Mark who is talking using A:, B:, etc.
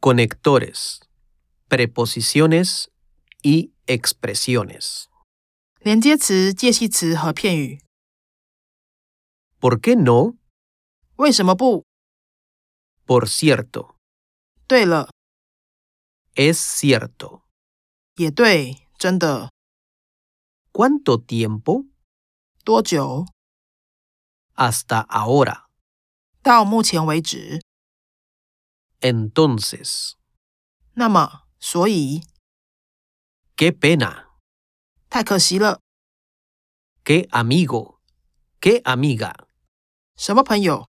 A: Conectores, preposiciones y expresiones.
B: 连接词、介系词和片语。
A: ¿Por qué no?
B: 为什么不？
A: Por cierto.
B: 对了，
A: Es cierto.
B: 也对，真的。
A: ¿Cuánto tiempo?
B: 多久？
A: Hasta ahora.
B: 到目前为止。
A: Entonces.
B: 那么，所以
A: Qué pena.
B: 太可惜了。
A: Qué amigo. Qué amiga.
B: 什么朋友？